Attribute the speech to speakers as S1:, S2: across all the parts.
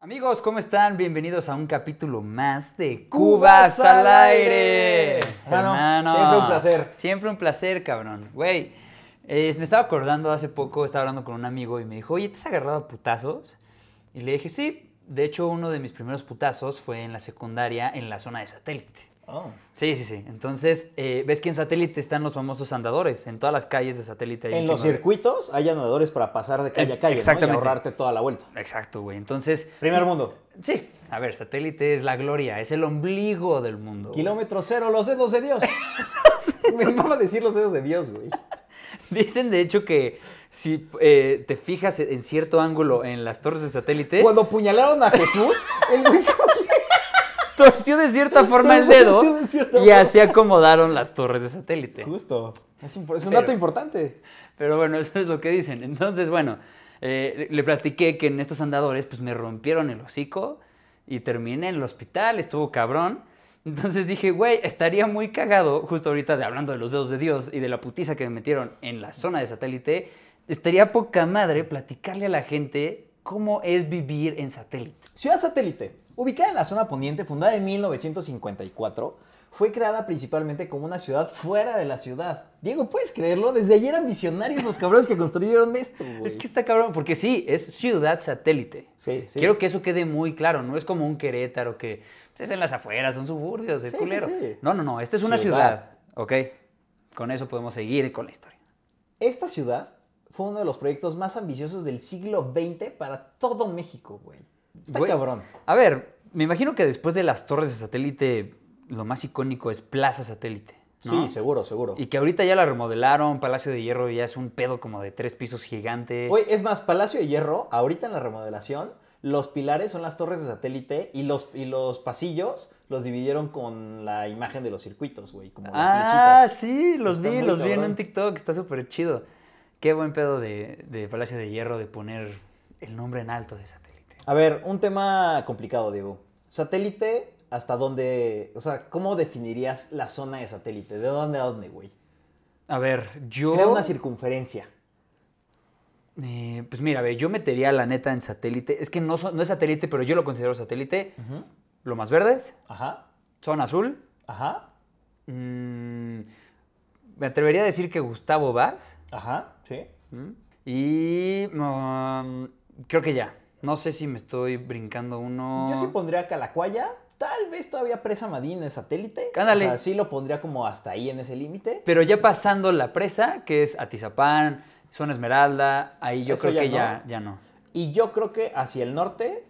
S1: amigos, ¿cómo están? Bienvenidos a un capítulo más de Cubas, al aire.
S2: Hermano, siempre un placer.
S1: Siempre un placer, cabrón. Güey, eh, me estaba acordando hace poco, estaba hablando con un amigo y me dijo, oye, ¿te has agarrado a putazos? Y le dije, sí. De hecho, uno de mis primeros putazos fue en la secundaria, en la zona de satélite.
S2: Oh.
S1: Sí, sí, sí. Entonces, eh, ves que en satélite están los famosos andadores, en todas las calles de satélite. hay un
S2: En los
S1: chingo de-
S2: circuitos hay anudadores para pasar de calle
S1: Eh,
S2: a calle ¿no?
S1: exactamente.
S2: y ahorrarte toda la vuelta.
S1: Exacto, güey. Entonces,
S2: Primer mundo.
S1: sí. A ver, satélite es la gloria, es el ombligo del mundo. güey.
S2: Kilómetro cero, los dedos de Dios. Me mama decir los dedos de Dios, güey.
S1: Dicen, de hecho, que si eh, te fijas en cierto ángulo en las torres de satélite,
S2: Cuando apuñalaron a Jesús, el güey
S1: torció de cierta forma el
S2: Torció
S1: dedo
S2: de cierta
S1: y
S2: forma.
S1: así acomodaron las torres de satélite.
S2: Justo. Es un, es un
S1: Pero-
S2: dato importante.
S1: Pero bueno, eso es lo que dicen. Entonces, bueno, eh, le platiqué que en estos andadores pues me rompieron el hocico y terminé en el hospital, estuvo cabrón. Entonces dije, güey, estaría muy cagado, justo ahorita de, hablando de los dedos de Dios y de la putiza que me metieron en la zona de satélite, estaría poca madre platicarle a la gente cómo es vivir en satélite.
S2: Ciudad Satélite, ubicada en la zona poniente, fundada en 1954, fue creada principalmente como una ciudad fuera de la ciudad. Diego, ¿puedes creerlo? Desde ayer eran visionarios los cabrones que construyeron esto, güey.
S1: Es que está cabrón, porque sí, es ciudad satélite.
S2: Sí, sí.
S1: Quiero que eso quede muy claro, no es como un Querétaro que pues, es en las afueras, son suburbios, es
S2: Sí, sí,
S1: culero.
S2: sí.
S1: No, no, no, esta es una ciudad.
S2: Ciudad.
S1: Ok, con eso podemos seguir con la historia.
S2: Esta ciudad fue uno de los proyectos más ambiciosos del siglo XX para todo México, güey. Está
S1: Güey,
S2: cabrón.
S1: A ver, me imagino que después de las torres de satélite, lo más icónico es Plaza Satélite. ¿no?
S2: Sí, seguro, seguro.
S1: Y que ahorita ya la remodelaron, Palacio de Hierro ya es un pedo como de tres pisos gigante.
S2: Güey, es más, Palacio de Hierro, ahorita en la remodelación, los pilares son las torres de satélite y los, y los pasillos los dividieron con la imagen de los circuitos, güey, como las
S1: ah,
S2: flechitas.
S1: sí, los
S2: Está
S1: vi,
S2: muy
S1: los vi en
S2: cabrón.
S1: un TikTok, está súper chido. Qué buen pedo de, de Palacio de Hierro de poner el nombre en alto de satélite.
S2: A ver, un tema complicado, Diego. Satélite, ¿hasta dónde? O sea, ¿cómo definirías la zona de satélite? ¿De dónde a dónde, güey?
S1: A ver, yo.
S2: Crea una circunferencia.
S1: eh, pues mira, ve, yo metería la neta en satélite. Es que no, so- no es satélite, pero yo lo considero satélite. Lo más verdes,
S2: Ajá,
S1: zona azul.
S2: ajá,
S1: mm, me atrevería a decir que Gustavo Vaz.
S2: ajá, sí.
S1: ¿m? Y. mm, creo que ya. No sé si me estoy brincando uno.
S2: Yo sí pondría Calacuaya, tal vez todavía Presa Madín es satélite.
S1: Ándale.
S2: O sea, sí lo pondría como hasta ahí en ese límite.
S1: Pero ya pasando la presa, que es Atizapán, Zona Esmeralda, ahí yo
S2: Eso
S1: creo
S2: ya
S1: que
S2: no.
S1: ya, ya no.
S2: Y yo creo que hacia el norte,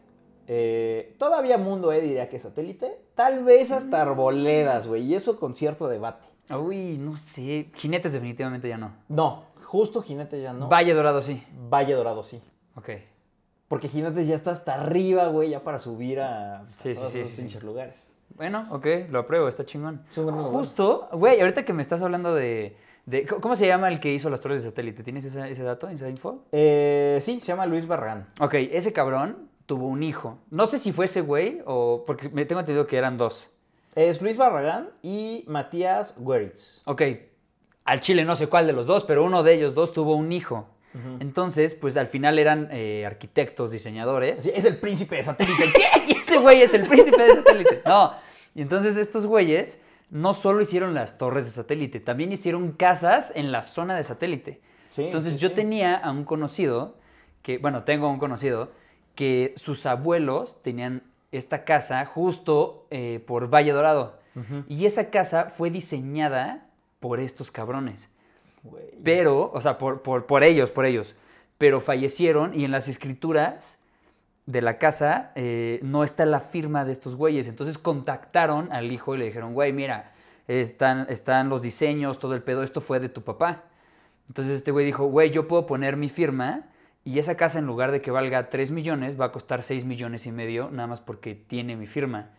S2: eh, todavía Mundo E diría que es satélite. Tal vez
S1: Mm.
S2: hasta Arboledas, güey. Y eso con cierto debate.
S1: Uy, no sé. Jinetes definitivamente ya no.
S2: No, justo Jinete ya no.
S1: Valle Dorado sí.
S2: Valle Dorado sí.
S1: Ok.
S2: Porque Jinetes ya está hasta arriba, güey, ya para subir a, pues, a
S1: Sí, sí,
S2: todos
S1: sí,
S2: esos
S1: sí, sí.
S2: pinches lugares.
S1: Bueno, ok, lo apruebo, está chingón.
S2: Es un gran lugar.
S1: Justo, güey, ahorita que me estás hablando de, de- ¿cómo- ¿Cómo se llama el que hizo las torres de satélite? ¿Tienes esa- ese dato, esa info?
S2: Eh, sí, se llama Luis Barragán.
S1: Ok, ese cabrón tuvo un hijo. No sé si fue ese güey o... Porque me tengo entendido que eran dos.
S2: Es Luis Barragán y Matías Gueritz.
S1: Ok, al Chile no sé cuál de los dos, pero uno de ellos dos tuvo un hijo. Entonces, pues al final eran eh, arquitectos, diseñadores.
S2: Sí, Es el príncipe de satélite.
S1: Y ese güey es el príncipe de satélite. No. Y entonces estos güeyes no solo hicieron las torres de satélite, también hicieron casas en la zona de satélite.
S2: Sí,
S1: entonces
S2: sí,
S1: yo
S2: sí.
S1: tenía a un conocido, que, bueno, tengo a un conocido, que sus abuelos tenían esta casa justo eh, por Valle Dorado. Y esa casa fue diseñada por estos cabrones.
S2: Güey.
S1: Pero, o sea, por, por- por ellos, por ellos. Pero fallecieron y en las escrituras de la casa eh, no está la firma de estos güeyes. Entonces contactaron al hijo y le dijeron, güey, mira, están, están los diseños, todo el pedo, esto fue de tu papá. Entonces este güey dijo, güey, yo puedo poner mi firma y esa casa en lugar de que valga 3 millones va a costar 6 millones y medio, nada más porque tiene mi firma.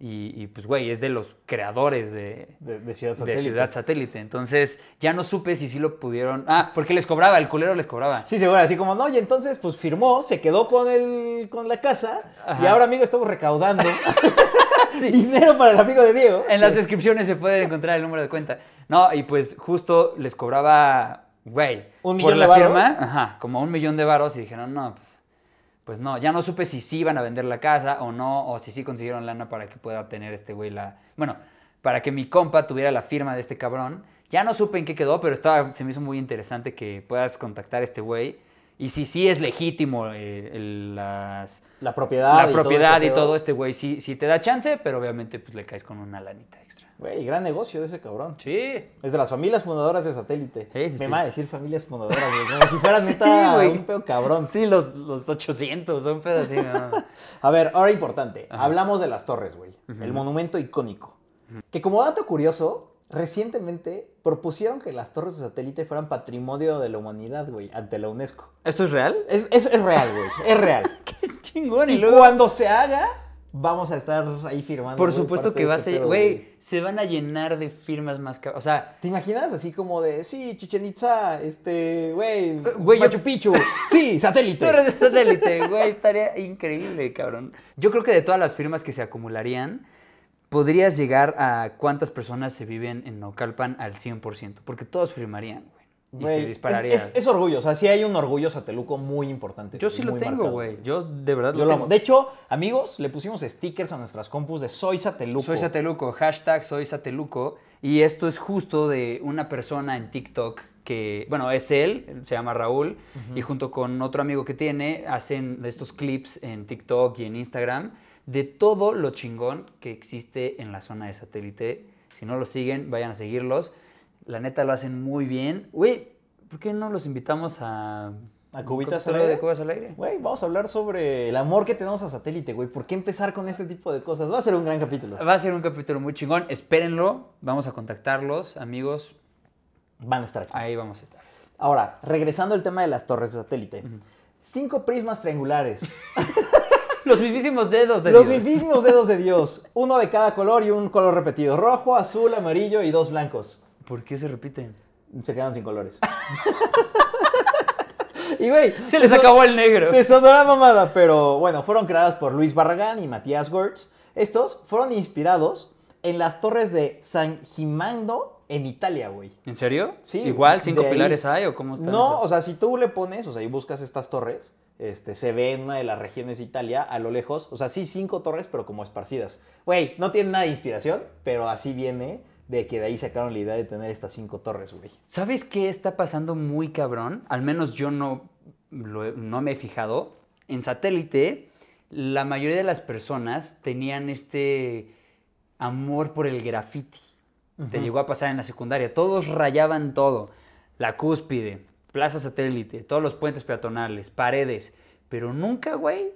S1: Y, y pues, güey, es de los creadores de,
S2: De, de Ciudad
S1: de
S2: Satélite.
S1: Ciudad Satélite. Entonces, ya no supe si sí lo pudieron. Ah, porque les cobraba, el culero les cobraba.
S2: Sí, seguro, así como, no, y entonces pues firmó, se quedó con el, con la casa y
S1: Ajá.
S2: ahora, amigo, estamos recaudando dinero para el amigo de Diego.
S1: En las descripciones se puede encontrar el número de cuenta. No, y pues justo les cobraba, güey,
S2: ¿Un
S1: por
S2: millón
S1: la
S2: de varos?
S1: firma, ajá, como un millón de varos y dijeron, no, pues, pues no, ya no supe si sí iban a vender la casa o no, o si sí consiguieron lana para que pueda tener este güey la... Bueno, para que mi compa tuviera la firma de este cabrón. Ya no supe en qué quedó, pero estaba, se me hizo muy interesante que puedas contactar a este güey. Y si sí es legítimo eh, el- las,
S2: La propiedad.
S1: la propiedad
S2: este
S1: y
S2: pedo.
S1: todo este güey, sí, sí te da chance, pero obviamente pues le caes con una lanita extra.
S2: Güey, gran negocio de ese cabrón.
S1: Sí.
S2: Es de las familias fundadoras de satélite.
S1: Sí, sí,
S2: Me
S1: sí.
S2: va a decir familias fundadoras, güey. Como si fueras
S1: Sí,
S2: neta
S1: güey.
S2: un feo cabrón.
S1: Sí, los, los 800, son pedos así, ¿no?
S2: A ver, ahora importante. Hablamos de las torres, güey. El monumento icónico. Que como dato curioso, recientemente propusieron que las torres de satélite fueran patrimonio de la humanidad, güey, ante la UNESCO.
S1: ¿Esto es real?
S2: Es, es- es real, güey. Es real.
S1: Qué chingón. Y
S2: Y
S1: luego,
S2: cuando se haga, vamos a estar ahí firmando.
S1: por
S2: güey,
S1: supuesto
S2: parte
S1: que
S2: de
S1: va a
S2: este
S1: ser,
S2: pedo,
S1: güey, se van a llenar de firmas más cab- O sea,
S2: ¿Te imaginas así como de, sí, Chichen Itza, este, güey,
S1: Eh, güey, yo-
S2: Machu Picchu, sí, satélite?
S1: torres de satélite, güey, estaría increíble, cabrón. Yo creo que de todas las firmas que se acumularían, podrías llegar a cuántas personas se viven en Naucalpan al 100%, porque todos firmarían, güey. Y
S2: Güey,
S1: se
S2: es-
S1: dispararía.
S2: Es, es orgullo, o sea, sí hay un orgullo sateluco muy importante.
S1: Yo
S2: güey,
S1: sí lo
S2: muy
S1: tengo,
S2: marcado.
S1: güey. Yo de verdad
S2: Yo
S1: lo
S2: lo
S1: tengo.
S2: amo. De hecho, amigos, le pusimos stickers a nuestras compus de Soy Sateluco.
S1: Soy Sateluco, hashtag soy Sateluco. Y esto es justo de una persona en TikTok que, bueno, es él, se llama Raúl, y junto con otro amigo que tiene, hacen de estos clips en TikTok y en Instagram de todo lo chingón que existe en la zona de satélite. Si no lo siguen, vayan a seguirlos. La neta lo hacen muy bien. Güey, ¿por qué no los invitamos a.
S2: ¿A Cubitas
S1: un
S2: al
S1: capítulo
S2: aire?
S1: de Cubitas al aire?
S2: Güey, vamos a hablar sobre el amor que tenemos a satélite, güey. ¿Por qué empezar con este tipo de cosas? Va a ser un gran capítulo.
S1: Va a ser un capítulo muy chingón. Espérenlo. Vamos a contactarlos, amigos.
S2: Van a estar aquí.
S1: Ahí vamos a estar.
S2: Ahora, regresando al tema de las torres de satélite. Cinco prismas triangulares.
S1: Los mismísimos dedos de
S2: Los
S1: Dios.
S2: mismísimos dedos de Dios. Uno de cada color y un color repetido. Rojo, azul, amarillo y dos blancos.
S1: ¿Por qué se repiten?
S2: Se quedaron sin colores. y güey,
S1: Se les acabó el negro.
S2: Te sonará mamada, pero bueno, fueron creadas por Luis Barragán y Matías Gertz. Estos fueron inspirados en las torres de San Gimando en Italia, güey.
S1: ¿En serio?
S2: Sí,
S1: Igual cinco
S2: de ahí.
S1: pilares hay o cómo están
S2: No,
S1: esas?
S2: o sea, si tú le pones, o sea, y buscas estas torres, este, se ve en una de las regiones de Italia, a lo lejos, o sea, sí cinco torres, pero como esparcidas. Güey, no tiene nada de inspiración, pero así viene de que de ahí sacaron la idea de tener estas cinco torres, güey.
S1: ¿Sabes qué está pasando muy cabrón? Al menos yo no, lo he- no me he fijado. En satélite, la mayoría de las personas tenían este amor por el graffiti. Te llegó a pasar en la secundaria. Todos rayaban todo. La cúspide, plaza satélite, todos los puentes peatonales, paredes. Pero nunca, güey,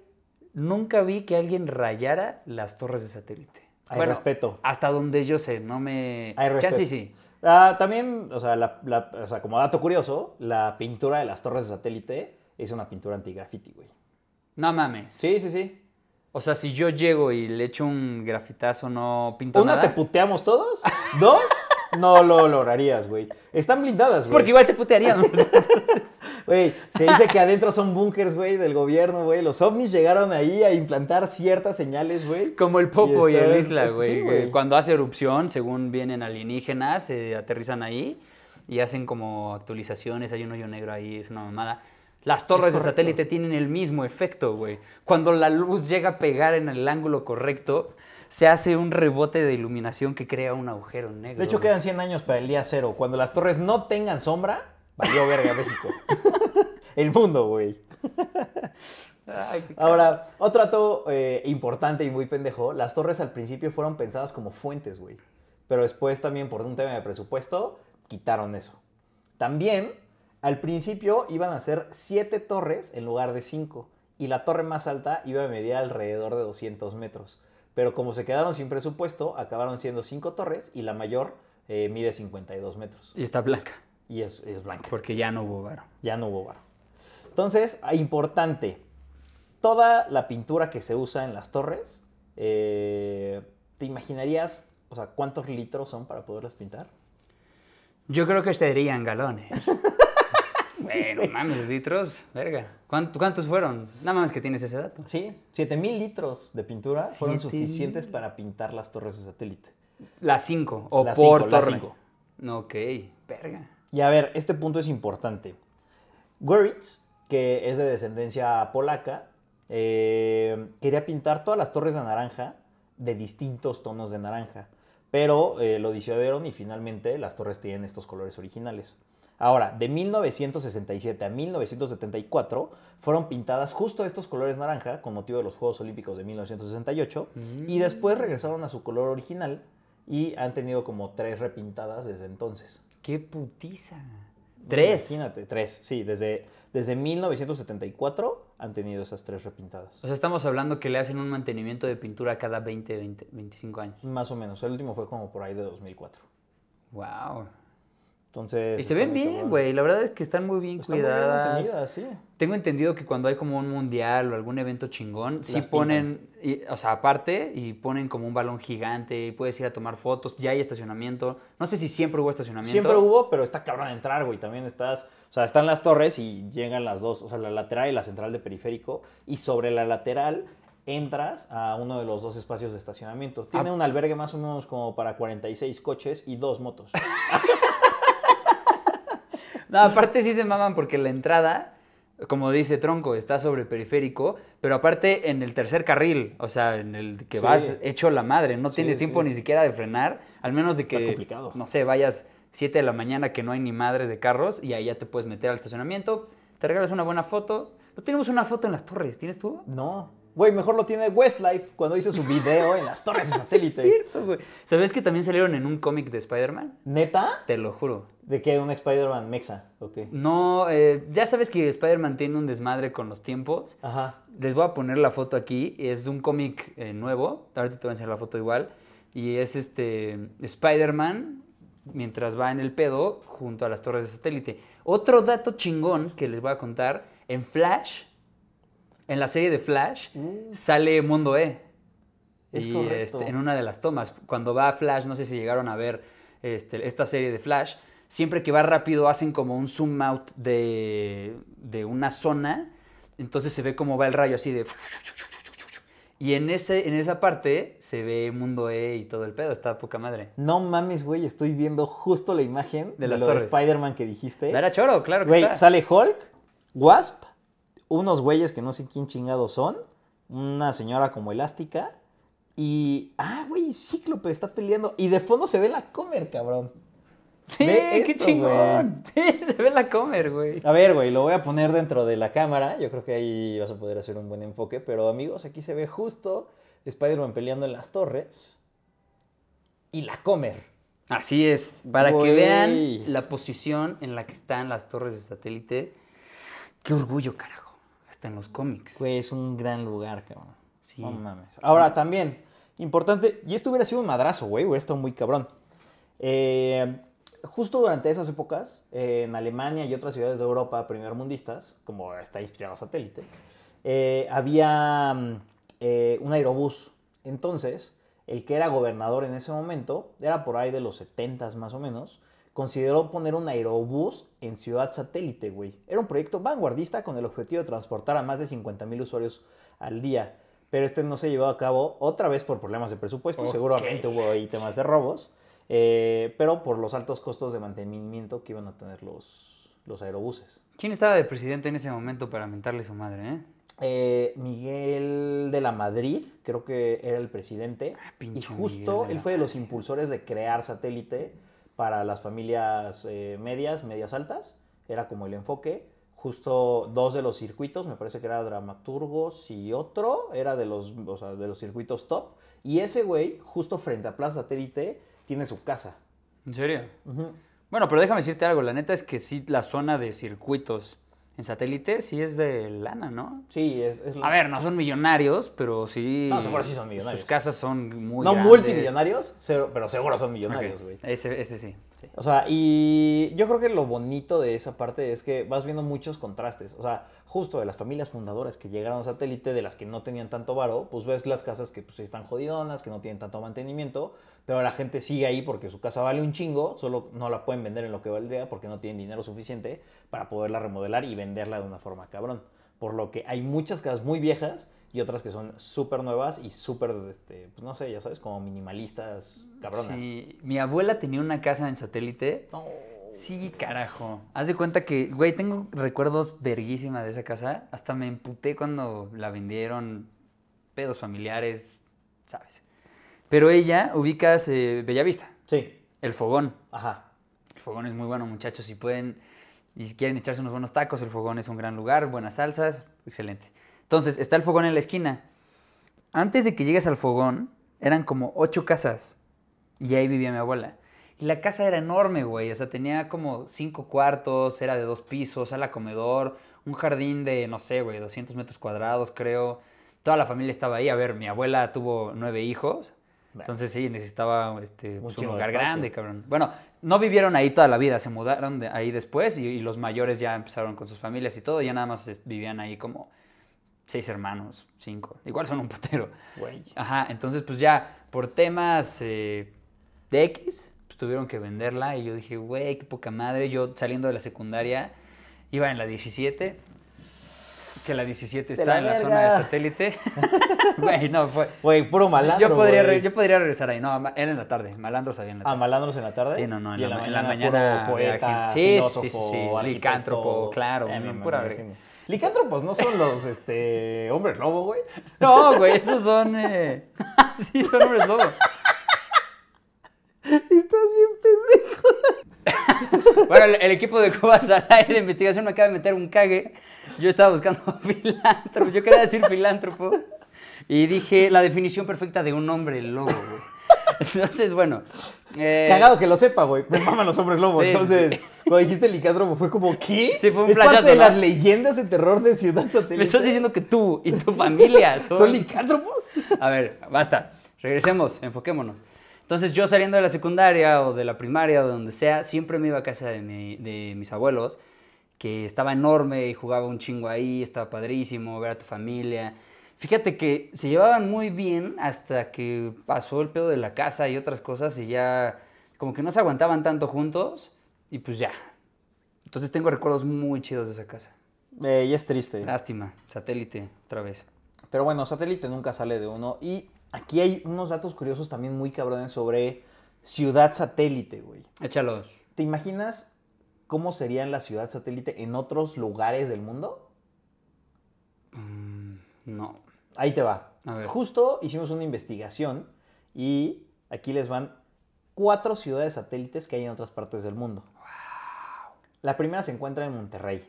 S1: nunca vi que alguien rayara las torres de satélite.
S2: Hay respeto.
S1: Hasta donde yo sé, no me...
S2: Hay respeto.
S1: Chance y sí.
S2: Ah, también, o sea, la- la- o sea, como dato curioso, la pintura de las torres de satélite es una pintura anti-graffiti, güey.
S1: No mames.
S2: Sí, sí, sí.
S1: O sea, si yo llego y le echo un grafitazo, no pinto
S2: Una, te
S1: nada.
S2: puteamos todos. Dos, no lo lograrías, güey. Están blindadas, güey.
S1: Porque igual te putearían.
S2: Güey, se dice que adentro son búnkers, güey, del gobierno, güey. Los ovnis llegaron ahí a implantar ciertas señales, güey.
S1: Como el Popo y,
S2: está-
S1: el Isla,
S2: es-
S1: güey.
S2: sí,
S1: que Cuando hace erupción, según vienen alienígenas, se aterrizan ahí y hacen como actualizaciones. Hay un hoyo negro ahí, es una mamada. Las torres de
S2: correcto.
S1: satélite tienen el mismo efecto, güey. Cuando la luz llega a pegar en el ángulo correcto, se hace un rebote de iluminación que crea un agujero negro.
S2: De hecho,
S1: güey.
S2: quedan 100 años para el día cero. Cuando las torres no tengan sombra, valió verga México. el mundo, güey.
S1: Ay, qué
S2: Ahora, otro dato eh, importante y muy pendejo, las torres al principio fueron pensadas como fuentes, güey. Pero después también por un tema de presupuesto, quitaron eso. También, al principio iban a ser siete torres en lugar de cinco. Y la torre más alta iba a medir alrededor de 200 metros. Pero como se quedaron sin presupuesto, acabaron siendo cinco torres y la mayor eh, mide 52 metros.
S1: Y está blanca,
S2: Y es, es blanca.
S1: porque ya no hubo varo.
S2: Ya no hubo varo. Entonces, ah, importante, toda la pintura que se usa en las torres, eh, ¿te imaginarías, o sea, cuántos litros son para poderlas pintar?
S1: Yo creo que serían galones. Bueno, mames, litros, verga. ¿Cuán- ¿Cuántos fueron? Nada más que tienes ese dato.
S2: Sí, 7000 litros de pintura fueron
S1: Siete
S2: suficientes para pintar las torres de satélite.
S1: Las cinco, o
S2: Las
S1: por
S2: cinco, las
S1: torre.
S2: cinco.
S1: No, ok, verga.
S2: Y a ver, este punto es importante. Goeritz, que es de descendencia polaca, eh, quería pintar todas las torres de naranja de distintos tonos de naranja. Pero eh, lo disuadieron y finalmente las torres tienen estos colores originales. Ahora, de 1967 a 1974 fueron pintadas justo estos colores naranja con motivo de los Juegos Olímpicos de 1968 y después regresaron a su color original y han tenido como tres repintadas desde entonces.
S1: ¡Qué putiza! Tres.
S2: Imagínate, tres, sí, desde, desde 1974 han tenido esas tres repintadas.
S1: O sea, estamos hablando que le hacen un mantenimiento de pintura cada 20, 20 25 años.
S2: Más o menos, el último fue como por ahí de 2004.
S1: ¡Wow!
S2: Entonces...
S1: Y se
S2: está
S1: ven
S2: muy
S1: bien,
S2: cabrón.
S1: güey. La verdad es que están muy bien
S2: Está muy bien
S1: cuidadas.
S2: mantenida, sí.
S1: Tengo entendido que cuando hay como un mundial o algún evento chingón, sí
S2: Las
S1: ponen, y- o sea, aparte, y ponen como un balón gigante, y puedes ir a tomar fotos, ya hay estacionamiento. No sé si siempre hubo estacionamiento.
S2: Siempre hubo, pero está cabrón de entrar, güey. También estás, o sea, están las torres y llegan las dos, o sea, la lateral y la central de periférico. Y sobre la lateral entras a uno de los dos espacios de estacionamiento.
S1: Ah.
S2: Tiene un albergue más o menos como para 46 coches y dos motos.
S1: No, aparte sí se maman porque la entrada, como dice Tronco, está sobre periférico, pero aparte en el tercer carril, o sea, en el que
S2: Sí.
S1: vas hecho la madre, no
S2: Sí,
S1: tienes tiempo
S2: sí.
S1: ni siquiera de frenar, al menos de
S2: Está
S1: que,
S2: complicado.
S1: no sé, vayas 7 de la mañana que no hay ni madres de carros y ahí ya te puedes meter al estacionamiento, te regalas una buena foto. No tenemos una foto en las torres, ¿tienes tú?
S2: No, güey, mejor lo tiene Westlife cuando hizo su video en las torres de satélite.
S1: Es cierto, güey. ¿Sabes que también salieron en un cómic de Spider-Man?
S2: ¿Neta?
S1: Te lo juro.
S2: ¿De qué? ¿Un Spider-Man mexa? Ok.
S1: No, eh, ya sabes que Spider-Man tiene un desmadre con los tiempos.
S2: Ajá.
S1: Les voy a poner la foto aquí. Es un cómic eh, nuevo. Ahorita te voy a enseñar la foto igual. Y es este Spider-Man mientras va en el pedo junto a las torres de satélite. Otro dato chingón que les voy a contar. En Flash, en la serie de Flash, sale Mundo E.
S2: Mm. Es
S1: y
S2: correcto.
S1: este, en una de las tomas, cuando va Flash, no sé si llegaron a ver este, esta serie de Flash, siempre que va rápido hacen como un zoom out de, de una zona, entonces se ve cómo va el rayo así de... Y en, ese, en esa parte se ve Mundo E y todo el pedo, está poca madre.
S2: No mames, güey, estoy viendo justo la imagen de,
S1: las
S2: lo de
S1: torres.
S2: Spider-Man que dijiste.
S1: Era choro, claro que
S2: ¿Eh? Güey,
S1: está.
S2: sale Hulk, Wasp, unos güeyes que no sé quién chingados son, una señora como elástica y... Ah, güey, Cíclope está peleando. Y de fondo se ve la comer, cabrón.
S1: Sí,
S2: Ve
S1: qué
S2: esto,
S1: chingón. Sí, se ve la comer, güey.
S2: A ver, güey, lo voy a poner dentro de la cámara. Yo creo que ahí vas a poder hacer un buen enfoque. Pero amigos, aquí se ve justo Spider-Man peleando en las torres y la comer.
S1: Así es, para
S2: Güey.
S1: que vean la posición en la que están las torres de satélite. Qué orgullo, carajo. Hasta en los cómics.
S2: Güey, es un gran lugar, cabrón.
S1: Sí.
S2: No mames. Ahora también, importante, y esto hubiera sido un madrazo, güey, hubiera estado muy cabrón. Eh, justo durante esas épocas, eh, en Alemania y otras ciudades de Europa primermundistas, como está inspirado satélite, eh, había mm, eh, un aerobús. Entonces, el que era gobernador en ese momento, era por ahí de los 70 más o menos, consideró poner un aerobús en Ciudad Satélite, güey. Era un proyecto vanguardista con el objetivo de transportar a más de 50.000 usuarios al día. Pero este no se llevó a cabo otra vez por problemas de presupuesto.
S1: Ok.
S2: Seguramente hubo ahí temas de robos. eh, pero por los altos costos de mantenimiento que iban a tener los, los aerobuses.
S1: ¿Quién estaba de presidente en ese momento para mentarle su madre, eh?
S2: Eh, Miguel de la Madrid, creo que era el presidente. y
S1: Ah, pinche Miguel
S2: justo
S1: de
S2: él
S1: la
S2: fue de los impulsores de crear satélite para las familias eh, medias, medias altas. Era como el enfoque. Justo dos de los circuitos, me parece que era dramaturgos y otro era de los, o sea, de los circuitos top. Y ese güey, justo frente a Plaza Satélite, tiene su casa.
S1: ¿En serio?
S2: Ujú.
S1: Bueno, pero déjame decirte algo. La neta es que sí, la zona de circuitos en satélite sí es de lana, ¿no?
S2: Sí, es, es la-
S1: A ver, no son millonarios, pero sí.
S2: No, seguro sí son millonarios.
S1: Sus casas son muy
S2: no
S1: grandes.
S2: multimillonarios, se- pero seguro son millonarios,
S1: Ok,
S2: güey.
S1: Ese, ese sí. sí.
S2: O sea, y yo creo que lo bonito de esa parte es que vas viendo muchos contrastes. O sea, justo de las familias fundadoras que llegaron a satélite, de las que no tenían tanto varo, pues ves las casas que pues, sí están jodidonas, que no tienen tanto mantenimiento, pero la gente sigue ahí porque su casa vale un chingo, solo no la pueden vender en lo que valdría porque no tienen dinero suficiente para poderla remodelar y venderla de una forma cabrón. Por lo que hay muchas casas muy viejas y otras que son súper nuevas y súper, este, pues no sé, ya sabes, como minimalistas cabronas.
S1: Sí, mi abuela tenía una casa en satélite.
S2: No,
S1: Sí, carajo. Haz de cuenta que, güey, tengo recuerdos verguísimas de esa casa. Hasta me emputé cuando la vendieron. Pedos familiares, ¿sabes? Pero ella ubicas eh, Bellavista,
S2: Sí.
S1: el fogón.
S2: Ajá.
S1: El fogón es muy bueno, muchachos. Si pueden y si quieren echarse unos buenos tacos, el fogón es un gran lugar, buenas salsas, excelente. Entonces, está el fogón en la esquina. Antes de que llegues al fogón, eran como ocho casas y ahí vivía mi abuela. Y la casa era enorme, güey. O sea, tenía como cinco cuartos, era de dos pisos, sala comedor, un jardín de, no sé, güey, 200 metros cuadrados, creo. Toda la familia estaba ahí. A ver, mi abuela tuvo nueve hijos. Entonces sí, necesitaba este,
S2: Un
S1: pues, un
S2: chingo de
S1: lugar
S2: espacio.
S1: grande, cabrón. Bueno, no vivieron ahí toda la vida, se mudaron de ahí después y, y los mayores ya empezaron con sus familias y todo, ya nada más es- vivían ahí como seis hermanos, cinco. Igual son un patero.
S2: Güey.
S1: Ajá, entonces pues ya por temas eh, de X, pues tuvieron que venderla y yo dije, güey, qué poca madre. Yo saliendo de la secundaria iba en la 17, que la 17
S2: De
S1: está
S2: la
S1: en la zona de
S2: verga.
S1: satélite. Güey, no, fue...
S2: Güey, puro malandro.
S1: yo, podría re-
S2: güey.
S1: yo podría regresar ahí, no, ma- era en la tarde, malandro sabía en la
S2: Ah,
S1: tarde.
S2: malandros en la tarde.
S1: Sí, no, no, en
S2: Y
S1: la ma- en la mañana
S2: puro
S1: había
S2: poeta,
S1: gente- sí,
S2: filósofo,
S1: sí, sí, sí,
S2: arquitecto.
S1: licántropo, claro,
S2: Ya me
S1: no,
S2: imagino,
S1: pura
S2: me
S1: verga.
S2: imagino. Licántropos no son los este hombres lobo, güey.
S1: No, güey, esos son... eh, sí, son hombres lobo.
S2: Estás bien pendejo.
S1: Bueno, el, el equipo de Cubas al aire de investigación me acaba de meter un cague. Yo estaba buscando filántropo, yo quería decir filántropo. Y dije la definición perfecta de un hombre lobo, güey. Entonces, bueno... eh,
S2: Cagado que lo sepa, güey. Me maman los hombres lobos.
S1: Sí, sí,
S2: Entonces, cuando dijiste licántropo fue como, ¿qué?
S1: Sí, fue un
S2: Es
S1: flashazo,
S2: parte de
S1: ¿no?
S2: las leyendas de terror de Ciudad Satélite.
S1: Me estás diciendo que tú y tu familia son...
S2: ¿Son licántropos?
S1: A ver, basta. Regresemos, enfoquémonos. Entonces, yo saliendo de la secundaria o de la primaria o de donde sea, siempre me iba a casa de, mi- de mis abuelos, que estaba enorme y jugaba un chingo ahí, estaba padrísimo, ver a tu familia. Fíjate que se llevaban muy bien hasta que pasó el pedo de la casa y otras cosas y ya como que no se aguantaban tanto juntos y pues ya. Entonces tengo recuerdos muy chidos de esa casa.
S2: Eh, y es triste.
S1: Lástima, satélite, otra vez.
S2: Pero bueno, satélite nunca sale de uno. Y aquí hay unos datos curiosos también muy cabrones sobre Ciudad Satélite, güey.
S1: Échalos.
S2: ¿Te imaginas cómo sería la ciudad satélite en otros lugares del mundo?
S1: No.
S2: Ahí te va.
S1: A ver.
S2: Justo hicimos una investigación y aquí les van cuatro ciudades satélites que hay en otras partes del mundo. La primera se encuentra en Monterrey.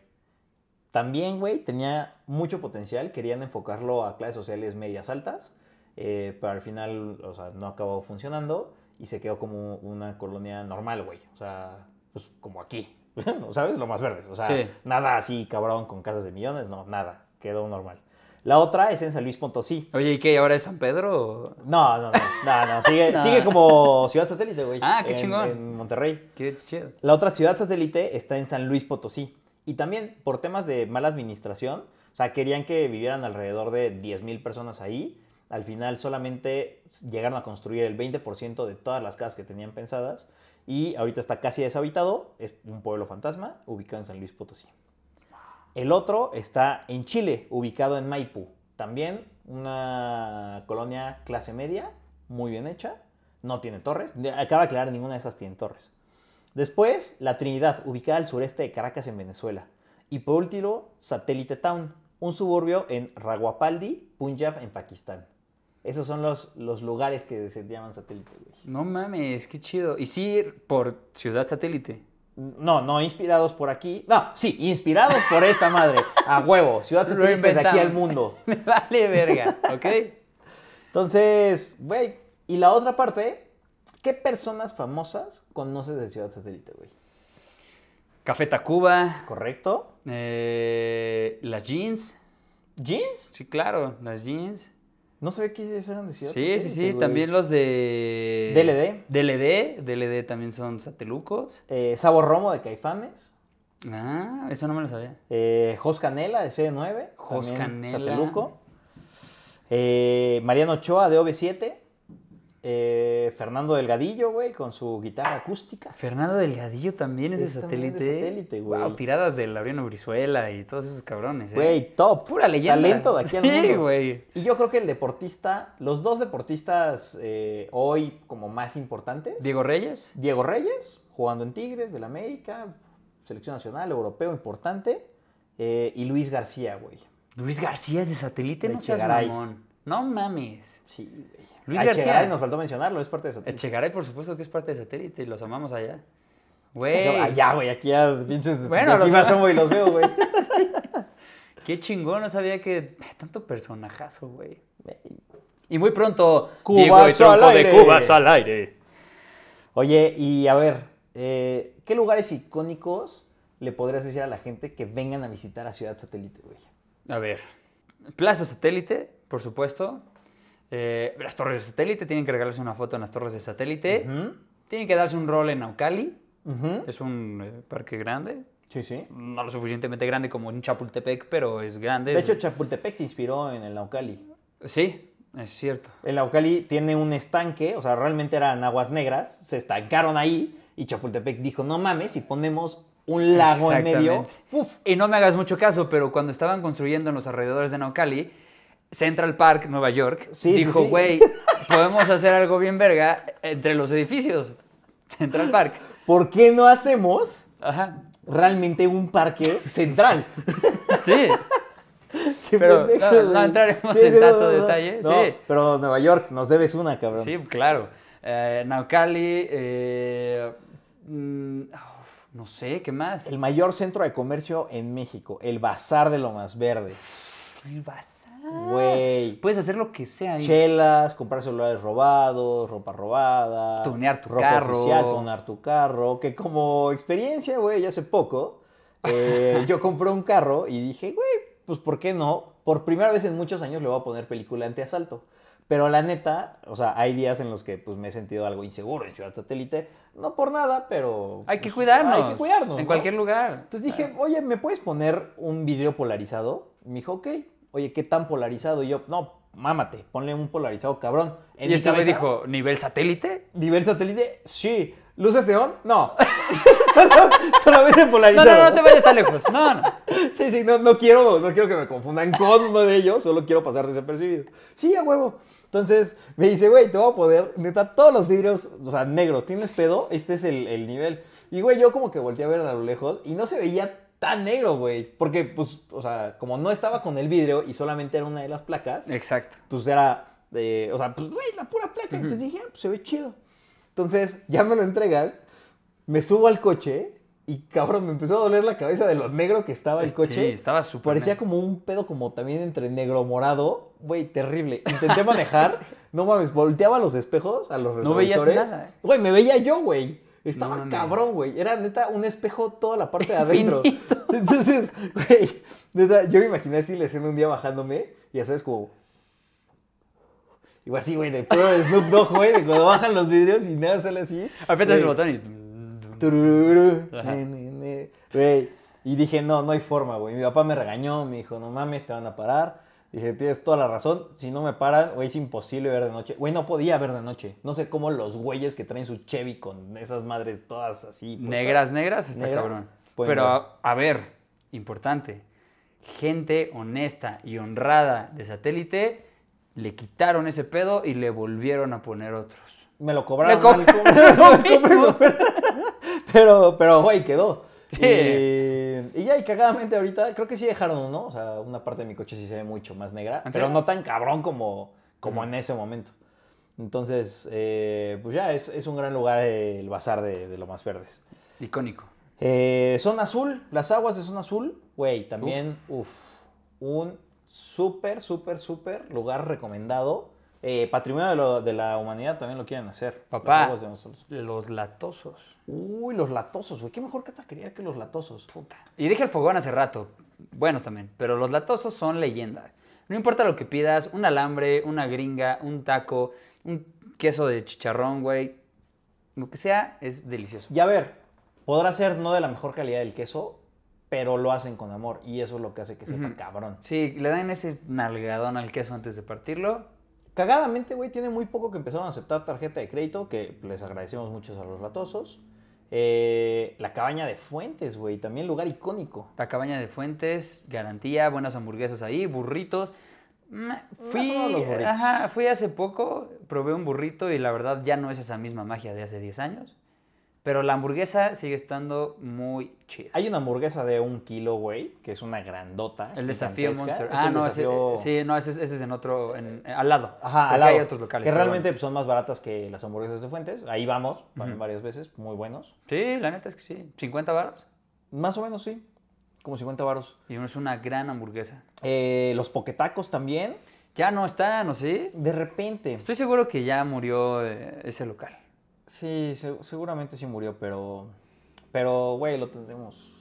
S2: También, güey, tenía mucho potencial. Querían enfocarlo a clases sociales medias altas, eh, pero al final, o sea, no acabó funcionando y se quedó como una colonia normal, güey. O sea, pues como aquí, ¿no? ¿sabes? Lo más verdes. O sea,
S1: Sí.
S2: nada así, cabrón, con casas de millones, no, nada. Quedó normal. La otra es en San Luis Potosí.
S1: Oye, ¿y qué? ¿Ahora es San Pedro? o?
S2: No, no, no, no, no, sigue,
S1: No.
S2: sigue como ciudad satélite, güey.
S1: Ah, qué
S2: en-
S1: chingón.
S2: En Monterrey.
S1: Qué chido.
S2: La otra ciudad satélite está en San Luis Potosí. Y también por temas de mala administración, o sea, querían que vivieran alrededor de 10.000 personas ahí. Al final solamente llegaron a construir el 20% de todas las casas que tenían pensadas. Y ahorita está casi deshabitado, es un pueblo fantasma ubicado en San Luis Potosí. El otro está en Chile, ubicado en Maipú. También una colonia clase media, muy bien hecha. No tiene torres. De- Acaba de aclarar, ninguna de esas tiene torres. Después, La Trinidad, ubicada al sureste de Caracas, en Venezuela. Y por último, Satellite Town, un suburbio en Rawalpindi, Punjab, en Pakistán. Esos son los, los lugares que se llaman satélite, güey.
S1: No mames, qué chido. Y sí, por Ciudad Satélite.
S2: No, no, inspirados por aquí. No, sí, inspirados por esta madre. A huevo, ciudad
S1: Lo
S2: satélite de aquí
S1: inventamos.
S2: al mundo.
S1: Me vale verga, ¿ok?
S2: Entonces, güey, y la otra parte, ¿qué personas famosas conoces de Ciudad Satélite, güey?
S1: Café Tacuba,
S2: ¿Correcto?
S1: eh, las jeans.
S2: ¿Jeans?
S1: Sí, claro, las jeans.
S2: No sabía que ellos eran de Ciudad
S1: Sí, sí,
S2: Satélite,
S1: sí,
S2: güey.
S1: también los de...
S2: DLD.
S1: DLD, DLD también son satelucos.
S2: Eh, Sabor Romo de Caifanes.
S1: Ah, eso no me lo sabía.
S2: Eh, Jos Canela de C9.
S1: Jos
S2: también
S1: Canela.
S2: Sateluco. Eh, Mariano Ochoa de OV7. Eh, Fernando Delgadillo, güey, con su guitarra acústica.
S1: Fernando Delgadillo también es,
S2: Es
S1: de
S2: también
S1: satélite.
S2: de satélite, güey.
S1: Wow, tiradas del Lauriano Brizuela y todos esos cabrones. ¿eh?
S2: Güey, top.
S1: pura leyenda.
S2: Talento de aquí al
S1: Sí,
S2: mundo.
S1: güey.
S2: Y yo creo que el deportista, los dos deportistas eh, hoy como más importantes,
S1: Diego Reyes.
S2: Diego Reyes, jugando en Tigres, del América, selección nacional, europeo, importante, eh, y Luis García, güey.
S1: Luis García es de satélite,
S2: De
S1: no seas
S2: Echegaray.
S1: mamón. No mames.
S2: Sí, güey.
S1: Luis
S2: Ah,
S1: García.
S2: Echegaray, nos faltó mencionarlo, es parte de satélite.
S1: Echegaray, por supuesto, que es parte de satélite y los amamos allá. Güey.
S2: Allá, güey, aquí ya pinches.
S1: Bueno,
S2: Bueno, aquí
S1: los-
S2: me asomo y los veo, güey.
S1: Qué chingón, no sabía que tanto personajazo, güey.
S2: Güey.
S1: Y muy pronto,
S2: Cubazo
S1: llegó el tronco
S2: al
S1: de
S2: aire.
S1: Cubas al aire.
S2: Oye, y a ver, eh, ¿qué lugares icónicos le podrías decir a la gente que vengan a visitar a Ciudad Satélite, güey?
S1: A ver, Plaza Satélite, por supuesto. Eh, las torres de satélite, tienen que regalarse una foto en las torres de satélite.
S2: Ujú,
S1: Tienen que darse un rol en Naucali.
S2: ujú.
S1: Es un eh, parque grande.
S2: Sí, sí.
S1: No lo suficientemente grande como en Chapultepec, pero es grande.
S2: De hecho, Chapultepec se inspiró en el Naucali.
S1: sí, es cierto.
S2: El Naucali tiene un estanque, o sea, realmente eran aguas negras, se estancaron ahí y Chapultepec dijo, no mames, si ponemos un lago en medio,
S1: Exactamente. Y no me hagas mucho caso, pero cuando estaban construyendo en los alrededores de Naucali, Central Park, Nueva York,
S2: Sí, sí,
S1: dijo,
S2: sí.
S1: güey, podemos hacer algo bien verga entre los edificios. Central Park.
S2: ¿por qué no hacemos
S1: Ajá.
S2: realmente un parque central?
S1: Sí.
S2: Qué
S1: Pero,
S2: pendejo,
S1: no, no
S2: güey.
S1: entraremos en tanto detalle, sí.
S2: Pero Nueva York, nos debes una, cabrón.
S1: Sí, claro. Eh, Naucali, eh, mm, uf, no sé, ¿qué más?
S2: El mayor centro de comercio en México, el Bazar de lo Más Verde.
S1: El bazar.
S2: Güey.
S1: Puedes hacer lo que sea ahí.
S2: Chelas, comprar celulares robados, ropa robada.
S1: Tunear tu
S2: ropa
S1: carro.
S2: Oficial, tunear tu carro. Que como experiencia, güey, ya hace poco, eh, yo compré un carro y dije, güey, pues ¿por qué no? Por primera vez en muchos años le voy a poner película antiasalto. Pero la neta, o sea, hay días en los que pues, me he sentido algo inseguro en Ciudad Satélite. No por nada, pero...
S1: Hay que
S2: pues,
S1: cuidarnos.
S2: Hay que cuidarnos.
S1: En
S2: ¿no?
S1: cualquier lugar.
S2: Entonces dije, oye, ¿me puedes poner un vidrio polarizado? Y Me dijo, ok. Oye, ¿qué tan polarizado? Y yo, no, mámate, ponle un polarizado, cabrón. En
S1: y
S2: mi
S1: este güey
S2: cabeza,
S1: dijo, ¿nivel satélite?
S2: ¿Nivel satélite? Sí. ¿Luces neón? No. Solo- Solamente
S1: No,
S2: polarizado.
S1: no, no te vayas tan lejos. No, no.
S2: Sí, sí, no, no quiero, no quiero que me confundan con uno de ellos, solo quiero pasar desapercibido. Sí, a huevo. Entonces me dice, güey, te voy a poder, neta, todos los vidrios, o sea, negros, ¿tienes pedo? Este es el, el nivel. Y, güey, yo como que volteé a ver a lo lejos y no se veía tan negro, güey. Porque, pues, o sea, como no estaba con el vidrio y solamente era una de las placas,
S1: Exacto.
S2: pues era, eh, o sea, pues, güey, la pura placa. Entonces dije, ah, pues se ve chido. Entonces ya me lo entregan, me subo al coche y cabrón, me empezó a doler la cabeza de lo negro que estaba el
S1: Sí,
S2: coche.
S1: estaba súper
S2: Parecía
S1: negro.
S2: como un pedo como también entre negro morado. Güey, terrible. Intenté manejar, no mames, volteaba a los espejos, a los
S1: No veías
S2: retrovisores.
S1: nada, ¿eh?
S2: Güey, me veía yo, güey. Estaba
S1: No mames.
S2: cabrón, güey. Era neta un espejo toda la parte de adentro.
S1: Infinito.
S2: Entonces, güey, neta, yo me imaginé así la escena un día bajándome, y ya sabes, como. Igual así, güey, de puro Snoop Dogg, güey, de cuando bajan los vidrios y nada sale así.
S1: Aprietas el
S2: Güey,
S1: botón y...
S2: turururu,
S1: Ajá.
S2: ne, ne, ne, güey. Y dije, no, no hay forma, güey. Mi papá me regañó, me dijo, no mames, te van a parar. Dije, tienes toda la razón, si no me paran, güey, es imposible ver de noche. Güey, no podía ver de noche. No sé cómo los güeyes que traen su Chevy con esas madres todas así. puestas.
S1: Negras, negras, Pues está
S2: Negras,
S1: cabrón.
S2: pueden
S1: Pero,
S2: ver.
S1: a ver, importante. Gente honesta y honrada de satélite le quitaron ese pedo y le volvieron a poner otros.
S2: Me lo cobraron.
S1: Me cobraron lo
S2: mal, cobraron
S1: mismo.
S2: mal. pero, pero, güey, quedó.
S1: Sí.
S2: Y, y ya, y cagadamente ahorita, creo que sí dejaron uno. O sea, una parte de mi coche sí se ve mucho más negra.
S1: ¿En
S2: Pero
S1: serio?
S2: no tan cabrón como, como en ese momento. Entonces, eh, pues ya, es, es un gran lugar eh, el bazar de, de lo más verdes.
S1: Icónico.
S2: Eh, zona azul, las aguas de zona azul, güey, también, uff, un súper, súper, súper lugar recomendado. Eh, patrimonio de, lo- de la humanidad también lo quieren hacer.
S1: Papá.
S2: Las aguas de zona azul.
S1: Los latosos.
S2: Uy, los latosos, güey. Qué mejor categoría que los latosos.
S1: Puta. Y dije el fogón hace rato. Buenos también. Pero los latosos son leyenda. No importa lo que pidas, un alambre, una gringa, un taco, un queso de chicharrón, güey. Lo que sea es delicioso.
S2: Y a ver, podrá ser no de la mejor calidad del queso, pero lo hacen con amor. Y eso es lo que hace que sepa
S1: Ujú.
S2: cabrón.
S1: Sí, le dan ese nalgadón al queso antes de partirlo.
S2: Cagadamente, güey, tiene muy poco que empezaron a aceptar tarjeta de crédito, que les agradecemos mucho a los ratosos. Eh, la cabaña de Fuentes, güey, también lugar icónico.
S1: La cabaña de Fuentes, garantía, buenas hamburguesas ahí, burritos. Mm, Fui,
S2: o menos los burritos.
S1: ajá, fui hace poco, probé un burrito y la verdad ya no es esa misma magia de hace 10 años. Pero la hamburguesa sigue estando muy chida.
S2: Hay una hamburguesa de un kilo, güey, que es una grandota.
S1: El desafío
S2: gigantesca.
S1: Monster.
S2: Es
S1: Ah,
S2: el
S1: no,
S2: desafío-
S1: ese, eh, sí, no, ese, es- ese es en otro, en- eh, al lado.
S2: Ajá,
S1: Porque
S2: al lado.
S1: hay otros locales.
S2: Que
S1: pero
S2: realmente pues, son más baratas que las hamburguesas de Fuentes. Ahí vamos, van varias veces, muy buenos.
S1: bueno. Sí, la neta es que sí. 50 baros.
S2: Más o menos, sí. Como 50 varos.
S1: Y uno es una gran hamburguesa.
S2: Eh, los poquetacos también.
S1: Ya no está, ¿no sí?
S2: De repente.
S1: Estoy seguro que ya murió eh, ese local.
S2: Sí, se- seguramente sí murió, pero. Pero, güey, lo tendremos.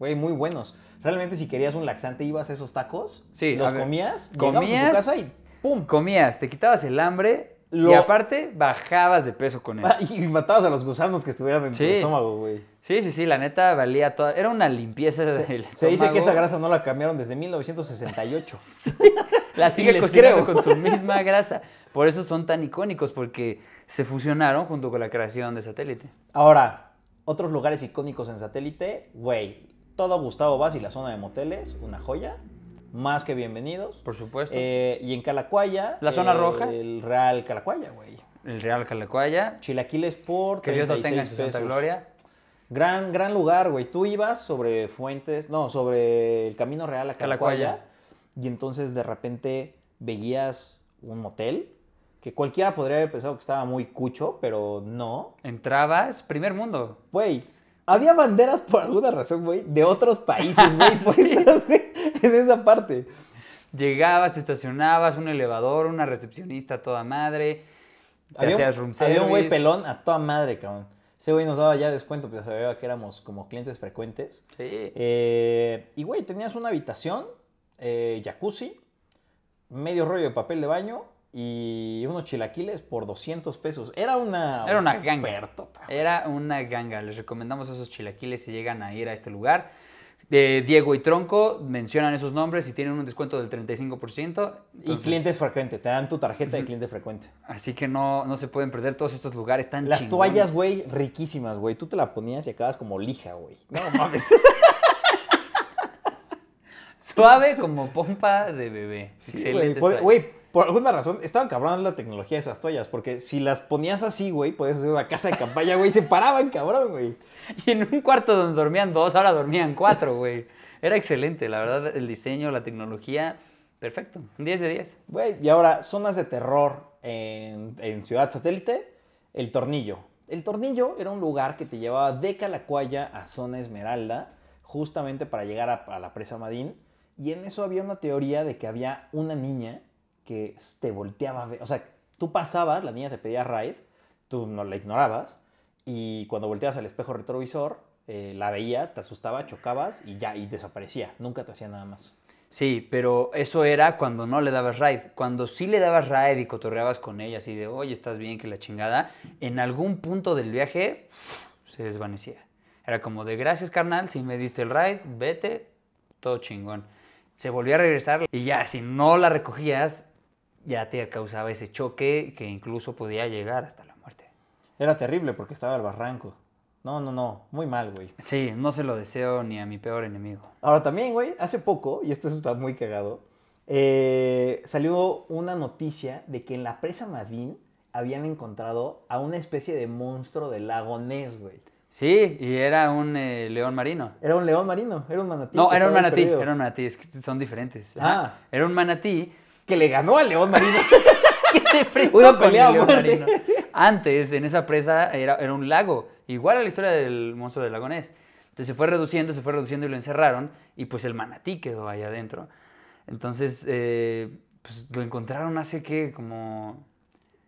S2: Güey, muy buenos. Realmente, si querías un laxante, ibas a esos tacos.
S1: Sí, a
S2: Los
S1: ver,
S2: comías. Comías. A
S1: comías-
S2: tu casa y ¡pum!
S1: Comías, te quitabas el hambre
S2: Lo-
S1: y aparte bajabas de peso con eso.
S2: Y matabas a los gusanos que estuvieran en tu
S1: Sí.
S2: estómago, güey.
S1: Sí, sí, sí, la neta valía toda. Era una limpieza del
S2: Se dice que esa
S1: estómago.
S2: grasa no la cambiaron desde 1968.
S1: La
S2: Y
S1: sigue
S2: les
S1: cocinando
S2: creo.
S1: con su misma grasa. Por eso son tan icónicos, porque se fusionaron junto con la creación de satélite.
S2: Ahora, otros lugares icónicos en satélite, güey. Todo Gustavo Vaz y la zona de moteles, una joya. Más que bienvenidos.
S1: Por supuesto.
S2: Eh, y en Calacuaya.
S1: ¿La zona
S2: eh,
S1: roja?
S2: El Real Calacuaya, güey.
S1: El Real Calacuaya.
S2: Chilaquiles por.
S1: Que Dios lo tenga en su
S2: 36
S1: santa
S2: pesos.
S1: gloria.
S2: Gran, gran lugar, güey. Tú ibas sobre Fuentes, no, sobre el Camino Real a Calacuaya.
S1: Calacuaya.
S2: Y entonces de repente veías un motel que cualquiera podría haber pensado que estaba muy cucho, pero no.
S1: Entrabas, primer mundo.
S2: Güey, había banderas por alguna razón, güey, de otros países, güey, puestas, güey, en esa parte.
S1: Llegabas, te estacionabas, un elevador, una recepcionista a toda madre. Te
S2: Había un-
S1: hacías room
S2: Había un güey
S1: service.
S2: pelón a toda madre, cabrón. Ese güey nos daba ya descuento, pero sabía que éramos como clientes frecuentes.
S1: Sí.
S2: Eh, y güey, tenías una habitación, eh, jacuzzi, medio rollo de papel de baño y unos chilaquiles por 200 pesos. Era una.
S1: Era una ganga.
S2: ofertota.
S1: Era una ganga. Les recomendamos esos chilaquiles si llegan a ir a este lugar. De Diego y Tronco mencionan esos nombres y tienen un descuento del 35%.
S2: Y
S1: Entonces,
S2: cliente frecuente, te dan tu tarjeta de cliente frecuente.
S1: Así que no, no se pueden perder todos estos lugares tan
S2: Las
S1: chingones.
S2: toallas, güey, riquísimas, güey. Tú te la ponías y acabas como lija, güey. No mames.
S1: Suave como pompa de bebé.
S2: Sí, Güey,
S1: Excelente.
S2: Pod-
S1: toalla.
S2: güey, por alguna razón, estaban cabrón la tecnología de esas toallas, porque si las ponías así, güey, podías hacer una casa de campaña, güey, se paraban, cabrón, güey.
S1: Y en un cuarto donde dormían dos, ahora dormían cuatro, güey. Era excelente, la verdad, el diseño, la tecnología, perfecto. 10 de 10.
S2: Güey, y ahora, zonas de terror en, en Ciudad Satélite, El Tornillo. El Tornillo era un lugar que te llevaba de Calacuaya a Zona Esmeralda, justamente para llegar a, a la presa Madín. Y en eso había una teoría de que había una niña que te volteaba a ver. O sea, tú pasabas, la niña te pedía ride, tú no la ignorabas. Y cuando volteabas al espejo retrovisor, eh, la veías, te asustaba, chocabas y ya, y desaparecía. Nunca te hacía nada más.
S1: Sí, pero eso era cuando no le dabas ride. Cuando sí le dabas ride y cotorreabas con ella, así de, oye, estás bien, que la chingada, en algún punto del viaje se desvanecía. Era como de, gracias, carnal, si me diste el ride, vete, todo chingón. Se volvía a regresar y ya, si no la recogías, ya te causaba ese choque que incluso podía llegar hasta la muerte.
S2: Era terrible porque estaba el barranco. No, no, no. Muy mal, güey.
S1: Sí, no se lo deseo ni a mi peor enemigo.
S2: Ahora también, güey, hace poco, y esto está muy cagado, eh, salió una noticia de que en la presa Madín habían encontrado a una especie de monstruo del lago Ness, güey.
S1: Sí, y era un eh, león marino.
S2: Era un león marino, era un manatí.
S1: No,
S2: que
S1: era un
S2: estaba ahí
S1: manatí,
S2: perdido.
S1: era un manatí, es que son diferentes.
S2: Ah.
S1: Ajá, Era un manatí
S2: Que le ganó al león marino.
S1: que se enfrentó
S2: Una
S1: con el
S2: pelea a
S1: león
S2: muerte.
S1: marino. Antes, en esa presa, era, era un lago, igual a la historia del monstruo del lago Ness. Entonces se fue reduciendo, se fue reduciendo y lo encerraron, y pues el manatí quedó ahí adentro. Entonces, eh, pues lo encontraron hace que como...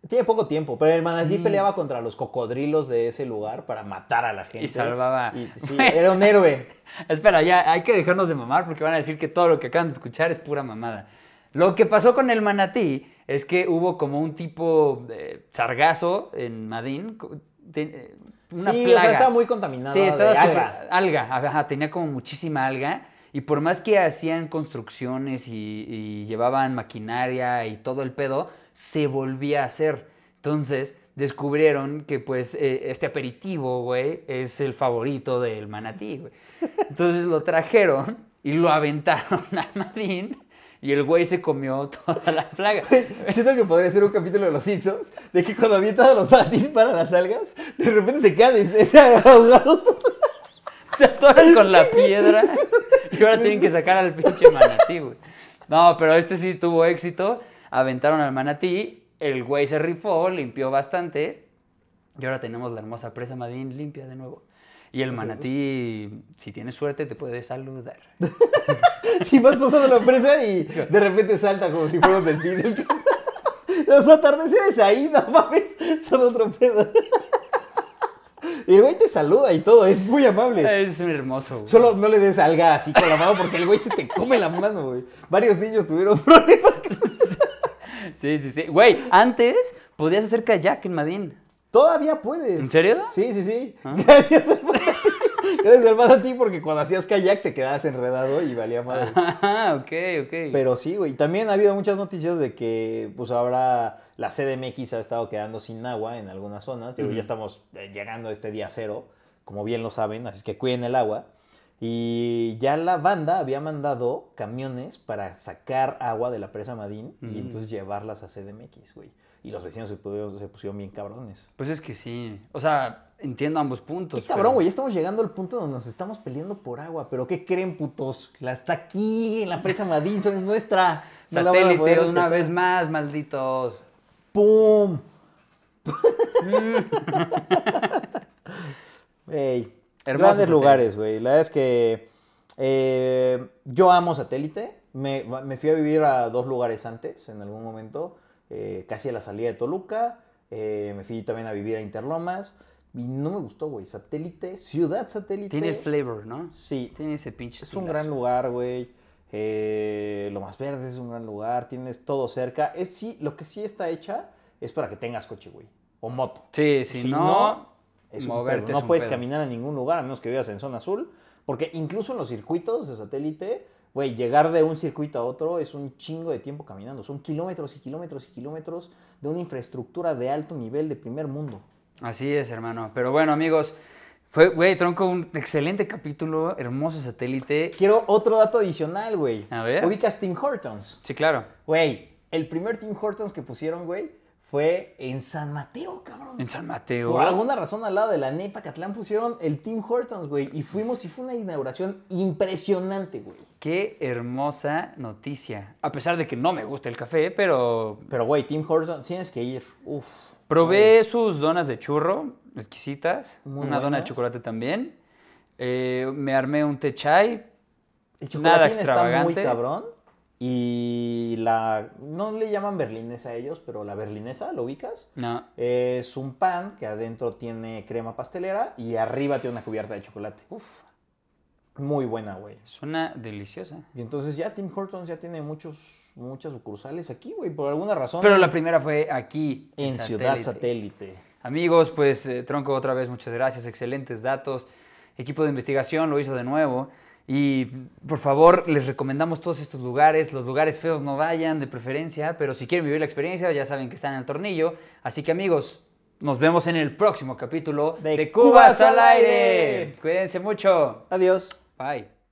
S2: Tiene poco tiempo, pero el manatí
S1: Sí.
S2: peleaba contra los cocodrilos de ese lugar para matar a la gente.
S1: Y salvaba.
S2: Y- sí, era un héroe.
S1: Espera, ya hay que dejarnos de mamar porque van a decir que todo lo que acaban de escuchar es pura mamada. Lo que pasó con el manatí es que hubo como un tipo de sargazo en Madín, co- te- eh, una
S2: sí, o sea,
S1: plaga.
S2: estaba muy contaminado.
S1: Sí, estaba
S2: de
S1: súper-
S2: alga.
S1: alga. ajá, tenía como muchísima alga. Y por más que hacían construcciones y, y llevaban maquinaria y todo el pedo, se volvía a hacer. Entonces descubrieron que pues eh, este aperitivo, güey, es el favorito del manatí, güey. Entonces lo trajeron y lo aventaron al Madín y el güey se comió toda la plaga.
S2: Siento que podría ser un capítulo de los Simpsons, de que cuando avientan a los patis para las algas, de repente se caen des- se ahogados por
S1: Se atoran con la piedra y ahora tienen que sacar al pinche manatí, güey. No, pero este sí tuvo éxito. Aventaron al manatí, el güey se rifó, limpió bastante. Y ahora tenemos la hermosa presa Madín limpia de nuevo. Y el manatí, si tienes suerte, te puede saludar.
S2: Si vas pasando la presa y de repente salta como si fuera un delfín. El cabrón. Los atardeceres ahí, no mames, son otro pedo. Y el güey te saluda y todo, es muy amable.
S1: Es un hermoso, güey.
S2: Solo no le des alga así con la mano porque el güey se te come la mano, güey. Varios niños tuvieron problemas. con eso.
S1: Sí, sí, sí. Güey, antes podías hacer kayak en Madín.
S2: Todavía puedes.
S1: ¿En serio?
S2: Sí, sí, sí.
S1: Ah.
S2: Gracias al Gracias al a ti porque cuando hacías kayak te quedabas enredado y valía madre.
S1: Ah, ok, ok.
S2: Pero sí, güey. También ha habido muchas noticias de que, pues ahora la CDMX ha estado quedando sin agua en algunas zonas. Digo,
S1: Ujú.
S2: ya estamos eh, llegando a este día cero, como bien lo saben, así que cuiden el agua. Y ya la banda había mandado camiones para sacar agua de la presa Madín
S1: Ujú.
S2: y entonces llevarlas a CDMX, güey. Y los vecinos se pudieron- se pusieron bien cabrones.
S1: Pues es que sí. O sea, entiendo ambos puntos.
S2: Qué cabrón,
S1: pero-
S2: güey. Ya estamos llegando al punto donde nos estamos peleando por agua. Pero ¿qué creen, putos? La está aquí, en la presa Madín, es nuestra. No la van a
S1: Satélite
S2: poder
S1: una
S2: rescatar.
S1: vez más, malditos.
S2: ¡Pum! Ey,
S1: Hermoso
S2: grandes
S1: satélite.
S2: lugares, güey. La verdad es que eh, yo amo satélite. Me, me fui a vivir a dos lugares antes, en algún momento, eh, casi a la salida de Toluca. Eh, me fui también a vivir a Interlomas. Y no me gustó, güey. Satélite, ciudad satélite.
S1: Tiene el flavor, ¿no?
S2: Sí,
S1: Tiene ese pinche
S2: es un
S1: estilazo.
S2: gran lugar, güey. Eh, lo más verde es un gran lugar. Tienes todo cerca. Es, sí, lo que sí está hecha es para que tengas coche, güey. O moto.
S1: Sí, si,
S2: Si
S1: no,
S2: no, Es un
S1: moverte
S2: pedo.
S1: es
S2: No
S1: un
S2: puedes
S1: pedo.
S2: caminar a ningún lugar a menos que vivas en zona azul. Porque incluso en los circuitos de satélite, güey, llegar de un circuito a otro es un chingo de tiempo caminando. Son kilómetros y kilómetros y kilómetros de una infraestructura de alto nivel de primer mundo.
S1: Así es, hermano. Pero bueno, amigos, fue, güey, tronco, un excelente capítulo, hermoso satélite.
S2: Quiero otro dato adicional, güey.
S1: A ver.
S2: Ubicas Tim Hortons.
S1: Sí, claro.
S2: Güey, el primer Tim Hortons que pusieron, güey, fue en San Mateo, cabrón.
S1: En San Mateo.
S2: Por alguna razón al lado de la NEPA Catlán pusieron el Tim Hortons, güey. Y fuimos y fue una inauguración impresionante, güey.
S1: Qué hermosa noticia. A pesar de que no me gusta el café, pero
S2: Pero, güey, Tim Hortons, tienes que ir. Uf.
S1: Probé sus donas de churro, exquisitas.
S2: Muy
S1: una dona de
S2: buenas.
S1: chocolate también. Eh, me armé un té chai.
S2: El
S1: Nada
S2: chocolatín está muy
S1: extravagante.
S2: cabrón. Y la... No le llaman berlinesa a ellos, pero la berlinesa, ¿lo ubicas?
S1: No.
S2: Es un pan que adentro tiene crema pastelera y arriba tiene una cubierta de chocolate. Uf. Muy buena, güey.
S1: Suena deliciosa.
S2: Y entonces ya Tim Hortons ya tiene muchos, muchas sucursales aquí, güey, por alguna razón.
S1: Pero la primera fue aquí.
S2: en Ciudad Satélite.
S1: Amigos, pues eh, Tronco otra vez, muchas gracias, excelentes datos. Equipo de investigación lo hizo de nuevo. Y por favor, les recomendamos todos estos lugares. Los lugares feos no vayan de preferencia, pero si quieren vivir la experiencia, ya saben que están en el tornillo. Así que amigos, nos vemos en el próximo capítulo
S2: De
S1: de Cubas
S2: Cubas
S1: al
S2: al
S1: aire.
S2: Aire.
S1: Cuídense mucho.
S2: Adiós.
S1: Bye.